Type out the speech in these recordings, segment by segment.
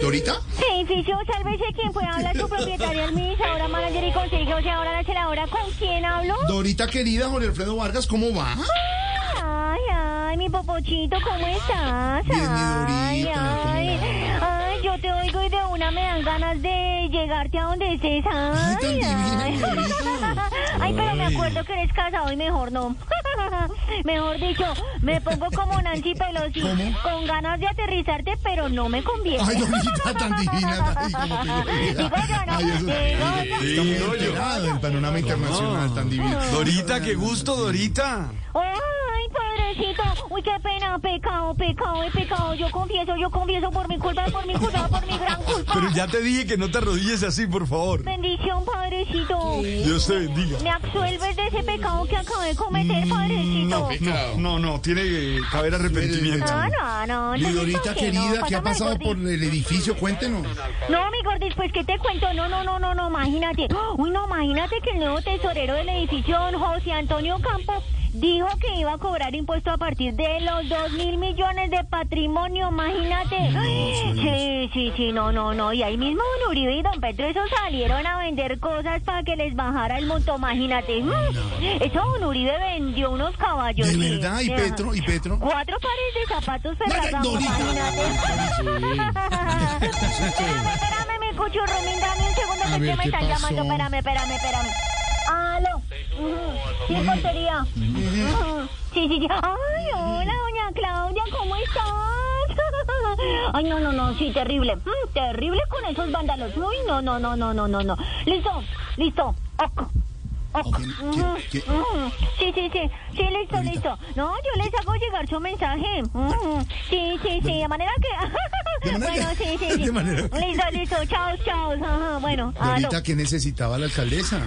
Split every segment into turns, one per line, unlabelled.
¿Dorita?
Edificio, sálvese quien pueda hablar, su propietaria, administradora, manager y consejos, y ahora la celadora, ¿con quién hablo?
Dorita querida, Jorge Alfredo Vargas, ¿cómo va?
Ay, ay, mi popochito, ¿cómo estás?
Bien, mi
Ay,
Dorita, ¿cómo
ay, ay, yo te oigo y de una me dan ganas de llegarte a donde estés, ay,
tan divina,
ay.
mi Dorita.
Ay, pero me acuerdo que eres casado y mejor no. Mejor dicho, me pongo como Nancy Pelosi,
¿Cómo?
con ganas de aterrizarte, pero no me conviene.
Ay, Dorita, tan divina, tan como te
Digo yo, ¿no?
Ay, eso
Digo yo.
está muy enterado del panorama internacional tan divino.
Dorita, qué gusto, Dorita.
Ay, padrecito. Uy, qué pena. Pecado, pecado, he pecado. Yo confieso, yo confieso por mi culpa, por mi culpa, por mi gran culpa.
Pero ya te dije que no te arrodilles así, por favor.
Bendición, padrecito.
Dios te bendiga.
Me absuelves de ese pecado que acabé de
Mm,
cometer, padrecito.
No, no, no, tiene que haber arrepentimiento.
No, no, no.
Mi
entonces,
Dorita
¿por qué no?
querida, ¿qué ha
Pásame al
pasado por el
gordis.
edificio? Cuéntenos.
No, mi gordis, pues, ¿qué te cuento? No, no, no, no, no, imagínate. Uy, no, imagínate que el nuevo tesorero del edificio, don José Antonio Campo, dijo que iba a cobrar impuesto a partir de los 2 mil millones de patrimonio, imagínate. Sí, sí, sí, no, no, no. Y ahí mismo don Uribe y don Petro, eso salieron a vender cosas para que les bajara el monto, imagínate. Mm. Eso don Uribe vendió unos caballos.
¿De
sí,
verdad? ¿Y
sí,
Petro? ¿Y Petro?
Cuatro pares de zapatos
Ay,
Ferragamo,
Dorita.
imagínate. Espérame, espérame, mi cuchurrumín, dame un segundo
A
que
ver,
me
¿qué pasó?
están llamando. Espérame, espérame, espérame. Aló. Ujú. Sí, portería. Ujú. Sí, sí, sí. Ay, hola, doña Claudia, ¿cómo estás? Ay, no, no, no, sí, terrible. Mm, terrible con esos vándalos. Uy, no, no, no, no, no, no, no. Listo, listo. Ok. Ok.
Ok, ¿qué- qué-
Mm, Sí, sí, sí, sí, listo,
Ahorita.
listo. No, yo les hago llegar su mensaje. Mm, Sí, sí, sí, de manera que...
De manera
bueno,
que-
sí, sí, sí.
de manera que-
Listo, listo, chao, chao. Ajá, bueno, aló.
Dorita, ¿qué necesitaba la alcaldesa?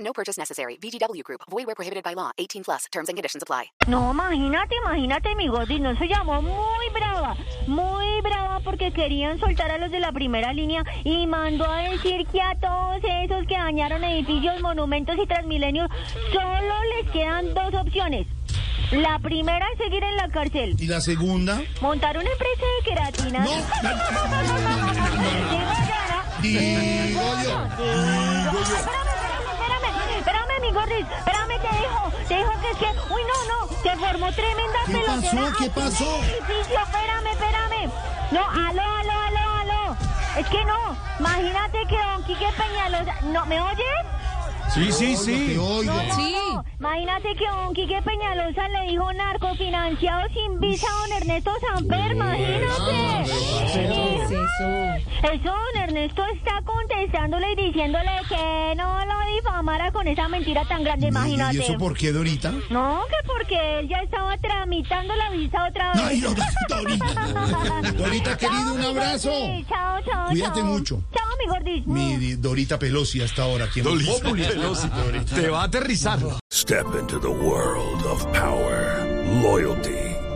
No purchase necessary. VGW Group. Void where prohibited by law. 18 plus. Terms and conditions apply.
No, imagínate, imagínate, mi Gordis, no se llamó muy brava, muy brava porque querían soltar a los de la primera línea y mandó a decir que a todos esos que dañaron edificios, monumentos y transmilenios, solo les quedan dos opciones. La primera es seguir en la cárcel.
¿Y la segunda?
Montar una empresa de queratina.
No.
Digo yo,
Digo yo.
¿no? Digo yo. Espérame, espérame, espérame. Espérame, mi gordis. Espérame, te dejo. Te dejo que es que. Uy, no, no. Se formó tremenda
¿Qué
pelotera.
pasó? ¿Qué
aquí en
pasó?
el edificio. Espérame, espérame. No, aló, aló, aló, aló. Es que no. Imagínate que don Quique Peñalosa. ¿No, ¿Me oyes?
Sí, sí,
Te
sí.
oigo.
Sí. Imagínate que don Quique Peñalosa le dijo narcofinanciado sin visa a don Ernesto Samper, imagínate. Eso don Ernesto está contestándole y diciéndole que no lo difamara con esa mentira tan grande, imagínate.
¿Y eso por qué, Dorita?
No, que porque él ya estaba tramitando la visa otra vez.
Ay, no, Dorita. Dorita, querido, un
mi
abrazo.
gordis. Chao, chao,
Cuídate
chao.
mucho.
Chao, mi Mm. gordis.
Mi di- Dorita Pelosi hasta ahora. ¿Quién
Dorita Pelosi. Te va a aterrizar.
Step into the world of power, loyalty,